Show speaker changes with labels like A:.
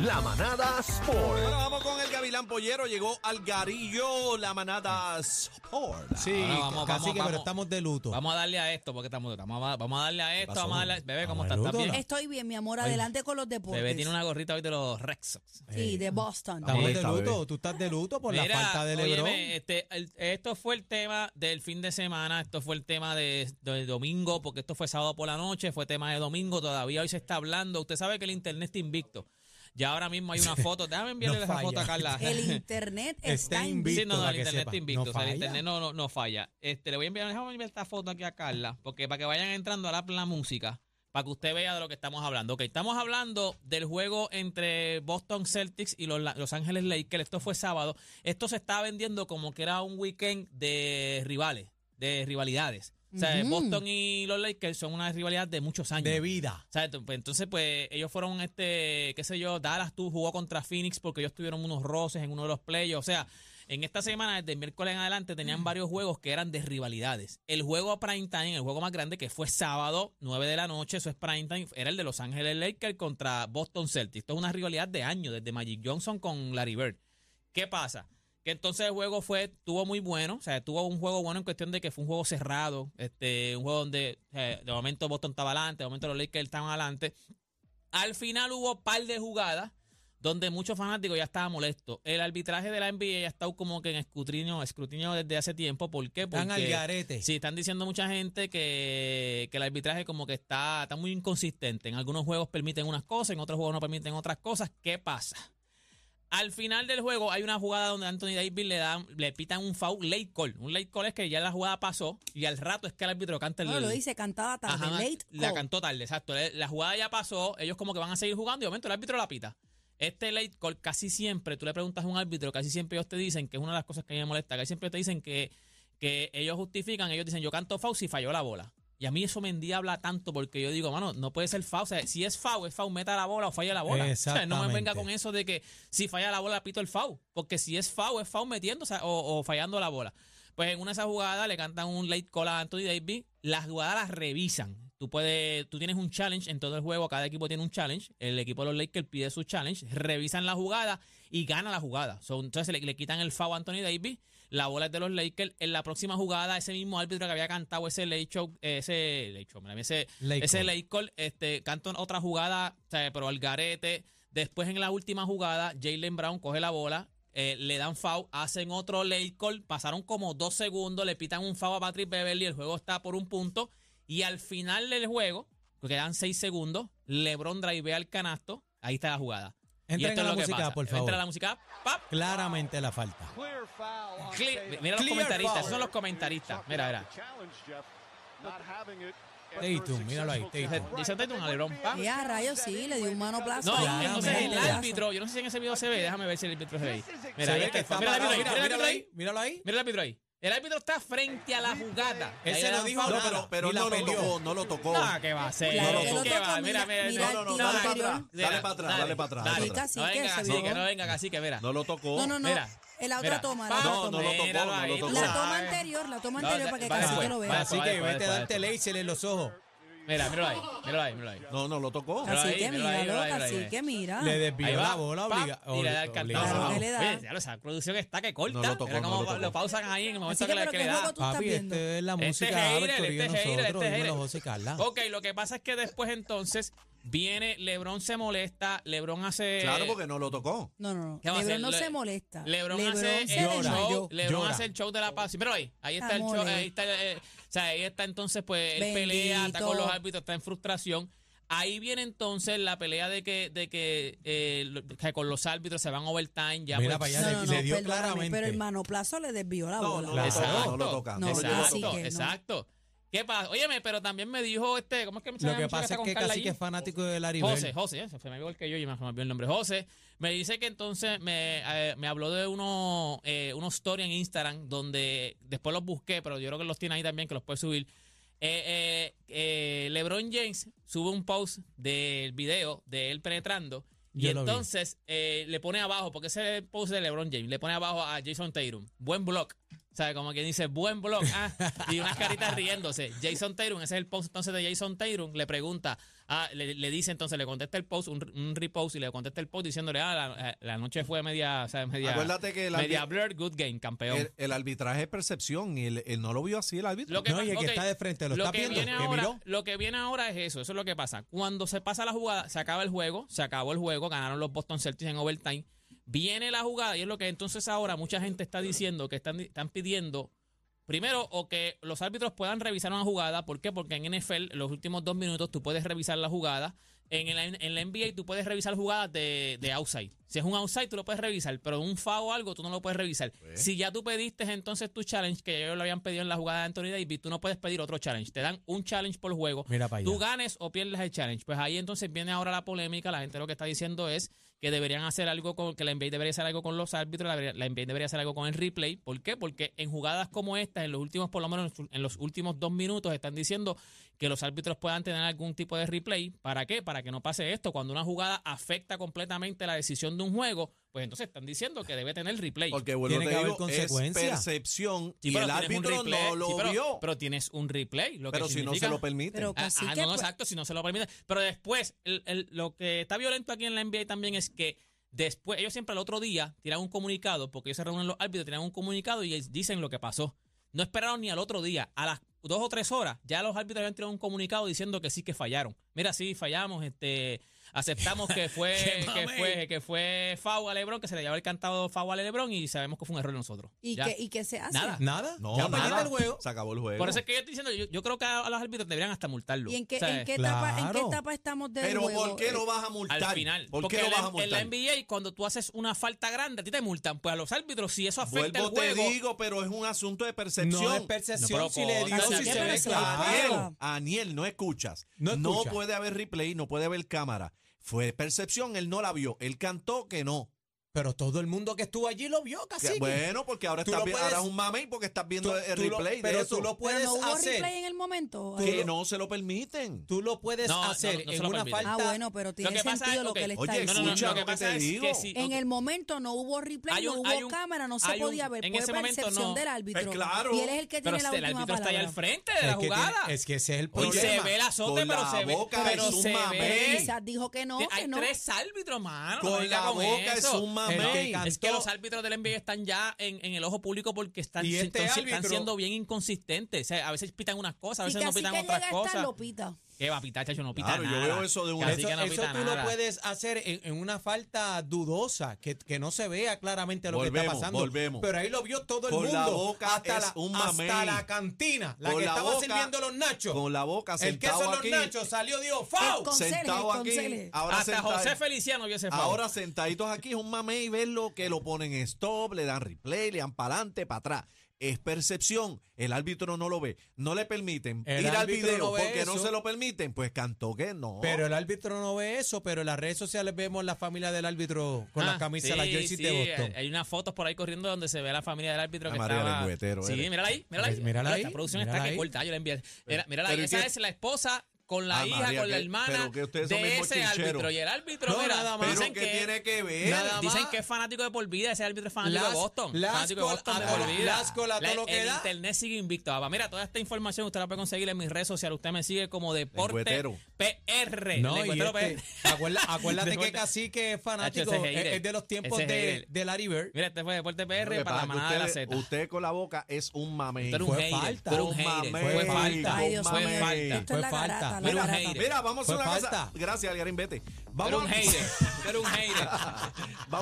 A: La manada Sport.
B: Bueno, vamos con el Gavilán Pollero. Llegó al Garillo la manada Sport.
C: Sí,
D: Ahora vamos,
C: casi
D: vamos,
C: que,
D: vamos.
C: pero estamos de luto.
D: Vamos a darle a esto porque estamos. Vamos a, vamos a darle a esto.
C: pasó?
D: Vamos a darle a- Bebé, ¿cómo estás?
C: Vamos
D: ¿Estás
C: al
D: bien?
C: luto,
E: Estoy bien, mi amor. Adelante con los deportes.
D: Bebé tiene una gorrita hoy de los Red Sox.
E: Sí, de Boston.
C: Estamos
A: Ahí
C: de
A: está,
C: luto.
A: bebé.
C: Tú estás de luto por la
D: Mira,
C: falta de Lebron.
D: óyeme, este, el- esto fue el tema del fin de semana, esto fue el tema de, del domingo, porque esto fue sábado por la noche, fue tema de domingo, todavía hoy se está hablando. Usted sabe que el internet está invicto. Ya ahora mismo hay una foto, déjame enviarle
C: No
D: esa
C: falla.
D: foto a Carla.
E: El internet
C: Está
E: está
C: invicto.
E: invicto.
D: Sí, no, no,
C: para
D: el
C: que
D: internet
C: sepa.
D: está invicto.
C: No
D: o sea, el
C: falla.
D: internet no, no, no falla. Este, le voy a enviar, déjame enviar esta foto aquí a Carla, porque para que vayan entrando a la, la música, para que usted vea de lo que estamos hablando. Ok, estamos hablando del juego entre Boston Celtics y los La- Los Ángeles Lakers. Esto fue sábado. Esto se está vendiendo como que era un weekend de rivales, de rivalidades. O sea,
E: Ujú.
D: Boston y los Lakers son una rivalidad de muchos años.
C: De vida.
D: O sea, ent- pues, entonces, pues, ellos fueron, este, qué sé yo, Dallas tú jugó contra Phoenix porque ellos tuvieron unos roces en uno de los playoffs. O sea, en esta semana, desde el miércoles en adelante, tenían varios juegos que eran de rivalidades. El juego prime time, el juego más grande, que fue sábado, 9 de la noche, eso es prime time, era el de Los Ángeles Lakers contra Boston Celtics. Esto es una rivalidad de años, desde Magic Johnson con Larry Bird. ¿Qué pasa? Que entonces el juego fue, tuvo muy bueno, o sea, tuvo un juego bueno en cuestión de que fue un juego cerrado, este, un juego donde eh, de momento Boston estaba adelante, de momento los Lakers estaban adelante. Al final hubo un par de jugadas donde muchos fanáticos ya estaban molestos. El arbitraje de la NBA ya está como que en escrutinio, escrutinio desde hace tiempo. ¿Por qué? Porque
C: Están al garete.
D: Sí, están diciendo mucha gente que, que el arbitraje como que está, está muy inconsistente. En algunos juegos permiten unas cosas, en otros juegos no permiten otras cosas. ¿Qué pasa? Al final del juego hay una jugada donde Anthony Davis le dan, le pitan un foul late call. Un late call es que ya la jugada pasó y al rato es que el árbitro canta el
E: No, lo dice cantada tarde.
D: Ajá,
E: late
D: La
E: call.
D: cantó tarde, exacto. La, la jugada ya pasó, ellos como que van a seguir jugando y de momento el árbitro la pita. Este late call casi siempre, tú le preguntas a un árbitro, casi siempre ellos te dicen, que es una de las cosas que a mí me molesta, que siempre te dicen que, que ellos justifican, ellos dicen, yo canto foul si falló la bola. Y a mí eso me endiabla tanto porque yo digo, mano, no puede ser foul. O sea, si es foul, es foul, meta la bola o falla la bola. O sea, no me venga
C: Exactamente.
D: con eso de que si falla la bola, pito el foul. Porque si es foul, es foul metiendo o sea, o- o fallando la bola. Pues en una de esas jugadas le cantan un late call a Anthony Davis. Las jugadas las revisan. Tú puedes, tú tienes un challenge en todo el juego. Cada equipo tiene un challenge. El equipo de los Lakers pide su challenge. Revisan la jugada y gana la jugada. So, entonces le, le quitan el foul a Anthony Davis. La bola es de los Lakers. En la próxima jugada, ese mismo árbitro que había cantado ese late show, ese late show, mira, ese,
C: Late
D: ese
C: call.
D: late call, este, cantan otra jugada, o sea, pero al garete. Después en la última jugada, Jalen Brown coge la bola, eh, le dan foul, hacen otro late call, pasaron como dos segundos, le pitan un foul a Patrick Beverly, el juego está por un punto. Y al final del juego, que quedan seis segundos, LeBron drivea al canasto, ahí está la jugada. y
C: Entren
D: esto
C: a
D: es
C: la
D: lo que
C: música,
D: pasa.
C: por favor.
D: Entra la música, ¡pap!
C: Claramente la falta.
D: Cle- Mira los
C: Clear
D: comentaristas,
C: foul.
D: esos son los comentaristas. Mira, mira.
C: Tatum, míralo ahí, Tatum.
D: Dice Tatum a LeBron, ¡pap!
E: Ya, rayos, sí, le dio un mano plazo.
D: No,
E: ahí,
D: entonces
E: mano
D: el
E: plazo.
D: árbitro, yo no sé si en ese video se ve, déjame ver si el árbitro se ve. ahí. Mira,
C: Se
D: ahí
C: ve
D: está,
C: que está
D: mira el árbitro
C: parado. Mira,
D: ahí, mira el árbitro
C: míralo
D: ahí.
C: ahí. Míralo ahí.
D: Mira el árbitro ahí. El árbitro está frente a la jugada.
C: Ese
D: Ahí le
C: no
D: dan
C: dijo
D: foul.
C: No,
B: No,
C: nada.
B: pero, pero
C: Y
B: él
C: la
B: no lo
C: peleó.
B: tocó, no lo tocó.
D: No, que va a ser.
E: Claro,
B: que lo
D: ¿Qué
E: toca,
D: va? Mira, mira,
E: mira, mira
B: el
D: no, no,
B: tiro
D: no,
B: anterior.
D: mira,
B: Dale para atrás, dale para atrás,
D: dale.
B: dale para
E: atrás.
D: No venga,
E: Cacique,
D: cacique,
E: se vio.
D: no venga, cacique, mira.
B: No lo tocó.
E: No, no, no.
D: Mira.
E: Eh, La
D: Mira.
E: otra toma.
D: Pa,
E: La otra
B: No, no
E: toma.
B: lo tocó,
D: Míralo
B: no lo
D: ahí.
B: tocó.
E: La
D: Ah,
E: toma
D: eh.
E: anterior, la toma
D: No,
E: anterior
D: ya,
E: para que
D: vale,
E: casi
D: pues,
E: que lo
D: vale,
E: vea.
C: Así
D: Después,
C: que
D: después,
C: vete a
D: después,
C: darte laser en los ojos.
D: Mira, míralo ahí, míralo ahí, míralo ahí.
B: No, no lo tocó.
D: Míralo
E: Así
D: ahí,
E: que
D: míralo ahí,
E: mira,
D: míralo ahí,
E: así
D: míralo
E: que mira.
C: Le desvió
D: va,
C: la bola
D: pap,
C: obliga-
D: y le da el
C: obligado.
D: cantazo.
E: Claro que le da.
D: Oye, ya lo sabes, la producción está que corta.
B: No lo tocó,
D: Mira
B: no
D: cómo
B: lo tocó.
D: lo pausan ahí en el momento que,
E: Así que,
D: le-
E: pero
D: que
E: ¿qué
D: le da.
E: juego tú estás
C: Papi,
E: viendo?
C: este es la
D: Este
C: música Héctor
D: hater,
C: y
D: este hater,
C: nosotros,
D: este
C: dímelo,
D: hater.
C: José Carla.
D: Ok, lo que pasa es que después entonces viene, Lebron se molesta, Lebron hace...
B: Claro, porque no lo tocó.
E: No, no,
D: ¿Qué va
E: no.
D: a hacer?
E: Lebron no
D: Le-
E: se molesta.
D: Lebron, hace
E: se
D: el
C: llora.
D: show,
E: desmayó.
D: Lebron
C: Llora.
D: hace el show de la paz. Pero ahí, ahí está el
E: Está
D: show,
E: molesto.
D: ahí está, eh, o sea, ahí está entonces pues él pelea, está
E: Bendito.
D: con los árbitros, está en frustración. Ahí viene entonces la pelea de que, de que, eh, lo- que con los árbitros se van overtime ya.
C: Mira
D: pues,
C: para allá, le- le dio
E: perdóname,
C: claramente.
E: Pero el manoplazo le desvió la
B: No,
E: bola.
B: no, lo
D: Exacto.
B: tocó, no lo toca.
E: No,
B: No, lo
E: así
D: exacto,
B: tocó.
E: que no.
D: exacto. ¿Qué pasa? Óyeme, pero también me dijo este, ¿cómo es que me
C: Lo
D: llama
C: que
D: el muchacho
C: pasa es
D: está
C: que
D: con Carla
C: casi
D: allí?
C: que es fanático de Larry Bird.
D: José, José, eh, se me igual que yo y me se me olvidó el nombre. José me dice que entonces me, eh, me habló de unos eh, unos stories en Instagram donde después los busqué, pero yo creo que los tiene ahí también, que los puede subir. Eh, eh, eh, LeBron James sube un post del video de él penetrando y
C: Yo lo vi.
D: entonces eh, le pone abajo, porque ese post de LeBron James, le pone abajo a Jason Tatum, buen block. O sea, como quien dice, buen blog. ah, y unas caritas riéndose. Jason Tatum, ese es el post entonces de Jason Tatum, le pregunta, ah, le, le dice entonces, le contesta el post, un, un repost y le contesta el post diciéndole, ah, la, la noche fue media, o sea, media,
B: Acuérdate que el
D: media
B: arbi-
D: blur, good game, campeón.
B: El, el arbitraje es percepción y él, él no lo vio así el árbitro.
D: Lo que
C: No,
D: pa-
C: y el que
D: ok,
C: está de frente, ¿lo está viendo?
D: viene
C: ¿Que
D: ahora-
C: miró?
D: Lo que viene ahora es eso, eso es lo que pasa. Cuando se pasa la jugada, se acaba el juego, se acabó el juego, ganaron los Boston Celtics en overtime. Viene la jugada y es lo que entonces ahora mucha gente está diciendo que están, están pidiendo Primero, o que los árbitros puedan revisar una jugada. ¿Por qué? Porque en NFL, los últimos dos minutos, tú puedes revisar la jugada. En, el, en la NBA, tú puedes revisar jugadas de, de outside. Si es un outside, tú lo puedes revisar, pero un foul o algo, tú no lo puedes revisar. Si ya tú pediste entonces tu challenge, que ellos lo habían pedido en la jugada de Anthony Davis, tú no puedes pedir otro challenge. Te dan un challenge por juego.
C: Mira para allá.
D: Tú ganes o pierdes el challenge. Pues ahí entonces viene ahora la polémica. La gente lo que está diciendo es que deberían hacer algo con, que la NBA debería hacer algo con los árbitros, la, la NBA debería hacer algo con el replay. ¿Por qué? Porque en jugadas como estas, en los últimos, por lo menos en los últimos dos minutos, están diciendo que los árbitros puedan tener algún tipo de replay. ¿Para qué? Para que no pase esto. Cuando una jugada afecta completamente la decisión de un juego, pues entonces están diciendo que debe tener replay.
B: Porque vuelvo
C: Tiene
B: te
C: que haber
B: digo,
C: consecuencias.
B: es percepción
D: Sí,
B: y
D: pero
B: el
D: tienes un
B: árbitro
D: replay,
B: no lo
D: sí, pero-
B: vio. Pero,
D: Pero tienes un replay. Lo que
B: si no se
D: significa-
B: lo permite.
E: Pero
D: Ah,
E: casi
D: ah,
E: que
D: no, no,
E: pues,
D: exacto, si no se lo permite. Pero después, el- el- lo que está violento aquí en la NBA también es que después, ellos siempre al otro día tiran un comunicado, porque ellos se reúnen los árbitros, tiran un comunicado y ellos dicen lo que pasó. No esperaron ni al otro día. A las dos o tres horas, ya los árbitros habían tirado un comunicado diciendo que sí que fallaron. Mira, sí, fallamos, este. Aceptamos que fue,
C: ¡Qué
D: que
C: mamey!
D: fue, que fue foul a Lebron, que se le llevó el cantado foul a Lebron y sabemos que fue un error de nosotros.
E: ¿Y,
D: Ya.
E: qué, ¿Y qué se hace?
D: Nada.
C: Nada.
B: no,
C: ya
B: nada.
C: mañana el juego.
B: Se acabó el juego.
D: Por eso es que yo estoy diciendo, yo, yo creo que a, a los árbitros deberían hasta multarlo.
E: ¿Y en qué,
D: O sea,
E: en qué etapa, en qué
C: Claro.
E: etapa estamos Eh, del
B: Pero
E: juego?
B: ¿por qué lo vas a multar?
D: Al final.
B: ¿Por
D: porque
B: qué lo
D: en la-
B: vas a multar?
D: en la NBA, cuando tú haces una falta grande, a ti te multan. Pues a los árbitros, si eso afecta
B: Vuelvo
D: el
B: te
D: juego.
B: digo, pero es un asunto de percepción.
C: No es
D: No,
C: percepción
D: pero
C: si le dio,
D: coño,
C: si
D: ¿qué
C: se ve
E: percepción?
C: claro.
B: Aniel, Aniel, no escuchas.
C: No
B: No,
C: escucha.
B: puede haber replay, no puede haber cámara. Fue percepción, él no la vio. Él cantó que no.
C: Pero todo el mundo que estuvo allí lo vio
B: Que-
C: casi.
B: bueno, porque ahora
C: Tú
B: estás
C: lo
B: vi-
C: puedes-
B: ahora es un mamey porque estás viendo
C: Tú-
B: el
C: tú lo-
B: replay de
C: pero
B: eso.
C: tú lo
E: ¿Pero
C: puedes
E: no hubo
C: hacer.
E: replay en el momento?
B: que
E: Ahí.
B: no se lo permiten.
C: Tú lo puedes
D: No, no,
C: hacer
D: no se
C: en
D: lo
C: una
D: permite.
C: falta.
E: Ah, bueno, pero tiene
D: que pasa
E: sentido
D: es-
E: lo que
D: ok,
E: le está
B: Oye,
D: No, no, no,
E: diciendo.
B: escucha
D: lo que
B: lo que
D: pasa
B: te
D: es
B: digo.
D: que si.
E: En el momento no hubo replay,
D: Hay
E: no
D: un-
E: hubo
D: hay un-
E: cámara, no se
D: hay un-
E: podía ver.
D: en
E: Fue
D: ese momento,
E: percepción
D: no.
E: del árbitro.
B: Pues claro.
E: Y él es el que
D: pero
E: tiene la
D: este, el
E: última
D: árbitro está ahí al
E: palabra.
D: frente
C: Es
D: de la
C: que tiene-
D: jugada.
C: es que ese es el
D: Oye,
C: problema.
D: se ve el azote,
B: con
D: pero
B: la
D: se ve-
B: boca
D: pero
B: es un
D: se ve-
E: Pero
B: mamey.
E: quizás dijo que no,
D: Sí,
E: que
D: Hay
E: no.
D: tres árbitros, mano. no
B: Con
D: venga
B: la boca es
D: eso.
B: un
C: El que
B: mamey.
C: canta-
D: Es que los árbitros del NBA están ya en, en el ojo público porque están,
C: Y este
D: están-
C: árbitro-
D: están siendo bien inconsistentes. O sea, a veces pitan unas cosas, a
E: Y
D: veces no
E: casi
D: pitan
E: que
D: otras
E: llega a estar
D: cosas.
E: lo pita.
D: ¿Qué va a pitar, chacho? No pita
B: Claro, yo
D: nada.
B: veo eso de una-
D: Casi
C: Eso,
D: que no
C: eso
D: pita
C: tú
D: nada.
C: lo puedes hacer en, en una falta dudosa, que, que no se vea claramente lo que
B: Volvemos,
C: está pasando.
B: volvemos.
C: Pero ahí lo vio todo el
B: Con
C: mundo.
B: la boca
C: hasta,
B: es
C: la,
B: un mamey.
C: hasta la cantina, la
B: Con
C: que
B: la
C: estaba
B: boca-
C: sirviendo los nachos.
B: Con la boca
C: el queso
B: sentado
C: en los
B: aquí.
C: nachos salió, dio
E: El
C: ¡Fau!
E: con- Conseles,
B: Sentado aquí.
E: conseles.
B: Ahora
D: Hasta
B: sentado-
D: José Feliciano vio ese foul.
B: Ahora sentaditos aquí es un mamey verlo que lo ponen en stop, le dan replay, le dan para adelante, para atrás. Es percepción. El árbitro no lo ve. No le permiten
C: El
B: ir al
C: árbitro
B: video
C: no ve
B: porque no
C: eso.
B: se lo permiten. Pues cantó que no.
C: Pero el árbitro no ve eso, pero en las redes sociales vemos la familia del árbitro con
D: Ah,
C: las camisas,
D: sí,
C: las jerseys
D: sí, eh,
C: de Boston.
D: Hay unas fotos por ahí corriendo donde se ve a la familia del árbitro
B: Ah,
D: que
B: María,
D: estaba...
B: lengüetero
D: Sí,
B: eres.
D: mírala ahí, mírala ahí.
C: Mírala ahí,
D: La producción
C: mírala
D: está que
C: ahí. Eh,
D: corta, yo la envié. Mira, mírala
B: Pero
D: ahí,
B: ¿y
D: esa
B: qué?
D: es la esposa con la
B: Ah,
D: hija,
B: María,
D: con la
B: que-
D: hermana
B: pero que ustedes son
D: de
B: mismos
D: ese
B: chincheros.
D: árbitro. Y el árbitro,
C: No,
D: mira,
C: nada más.
B: Pero
D: dicen
B: ¿qué
D: que...
B: tiene que ver?
C: Nada
D: Dicen
C: más.
D: que es fanático de por vida, ese árbitro es fanático
C: Las-
D: de Boston.
C: las
D: fanático de
C: col-
D: Boston de
C: a
D: por
C: todo-
D: vida.
C: las col- a todo lo que
D: el
C: da.
D: internet sigue invicto. Abba. Mira, toda esta información usted la puede conseguir en mis redes sociales. Usted me sigue como Deporte
B: Lengüetero.
D: PR.
C: No, y
D: Lengüetero
C: este,
D: PR.
C: acuerda- acuérdate que
D: Deporte-
C: Cacique es fanático,
D: Hacho, ese es
C: es,
D: hater.
C: es de los tiempos
D: Ese es
C: de,
D: hater.
C: de Larry Bird.
D: Mira, este fue Deporte
B: Lo que
D: PR para
B: pasa
D: la
B: es que
D: manada de la
B: usted-
D: Z.
B: Usted con la boca es un mamey.
D: Tú eres un
C: Fue
D: hater,
C: falta.
D: tú eres un
B: Fue
D: hater,
B: mamey,
D: fue
C: fue
D: falta,
E: Ay, Dios
D: fue
E: mío.
D: falta.
E: Esto es la
C: Fue falta.
E: garata, la
D: Mira,
E: garata.
D: hater.
B: Mira, vamos a hacer
C: Fue
B: una
C: falta.
B: cosa. Gracias, Algarín, vete.
D: Tú eres
B: Vamos
D: un hater, tú eres un hater.
B: Vamos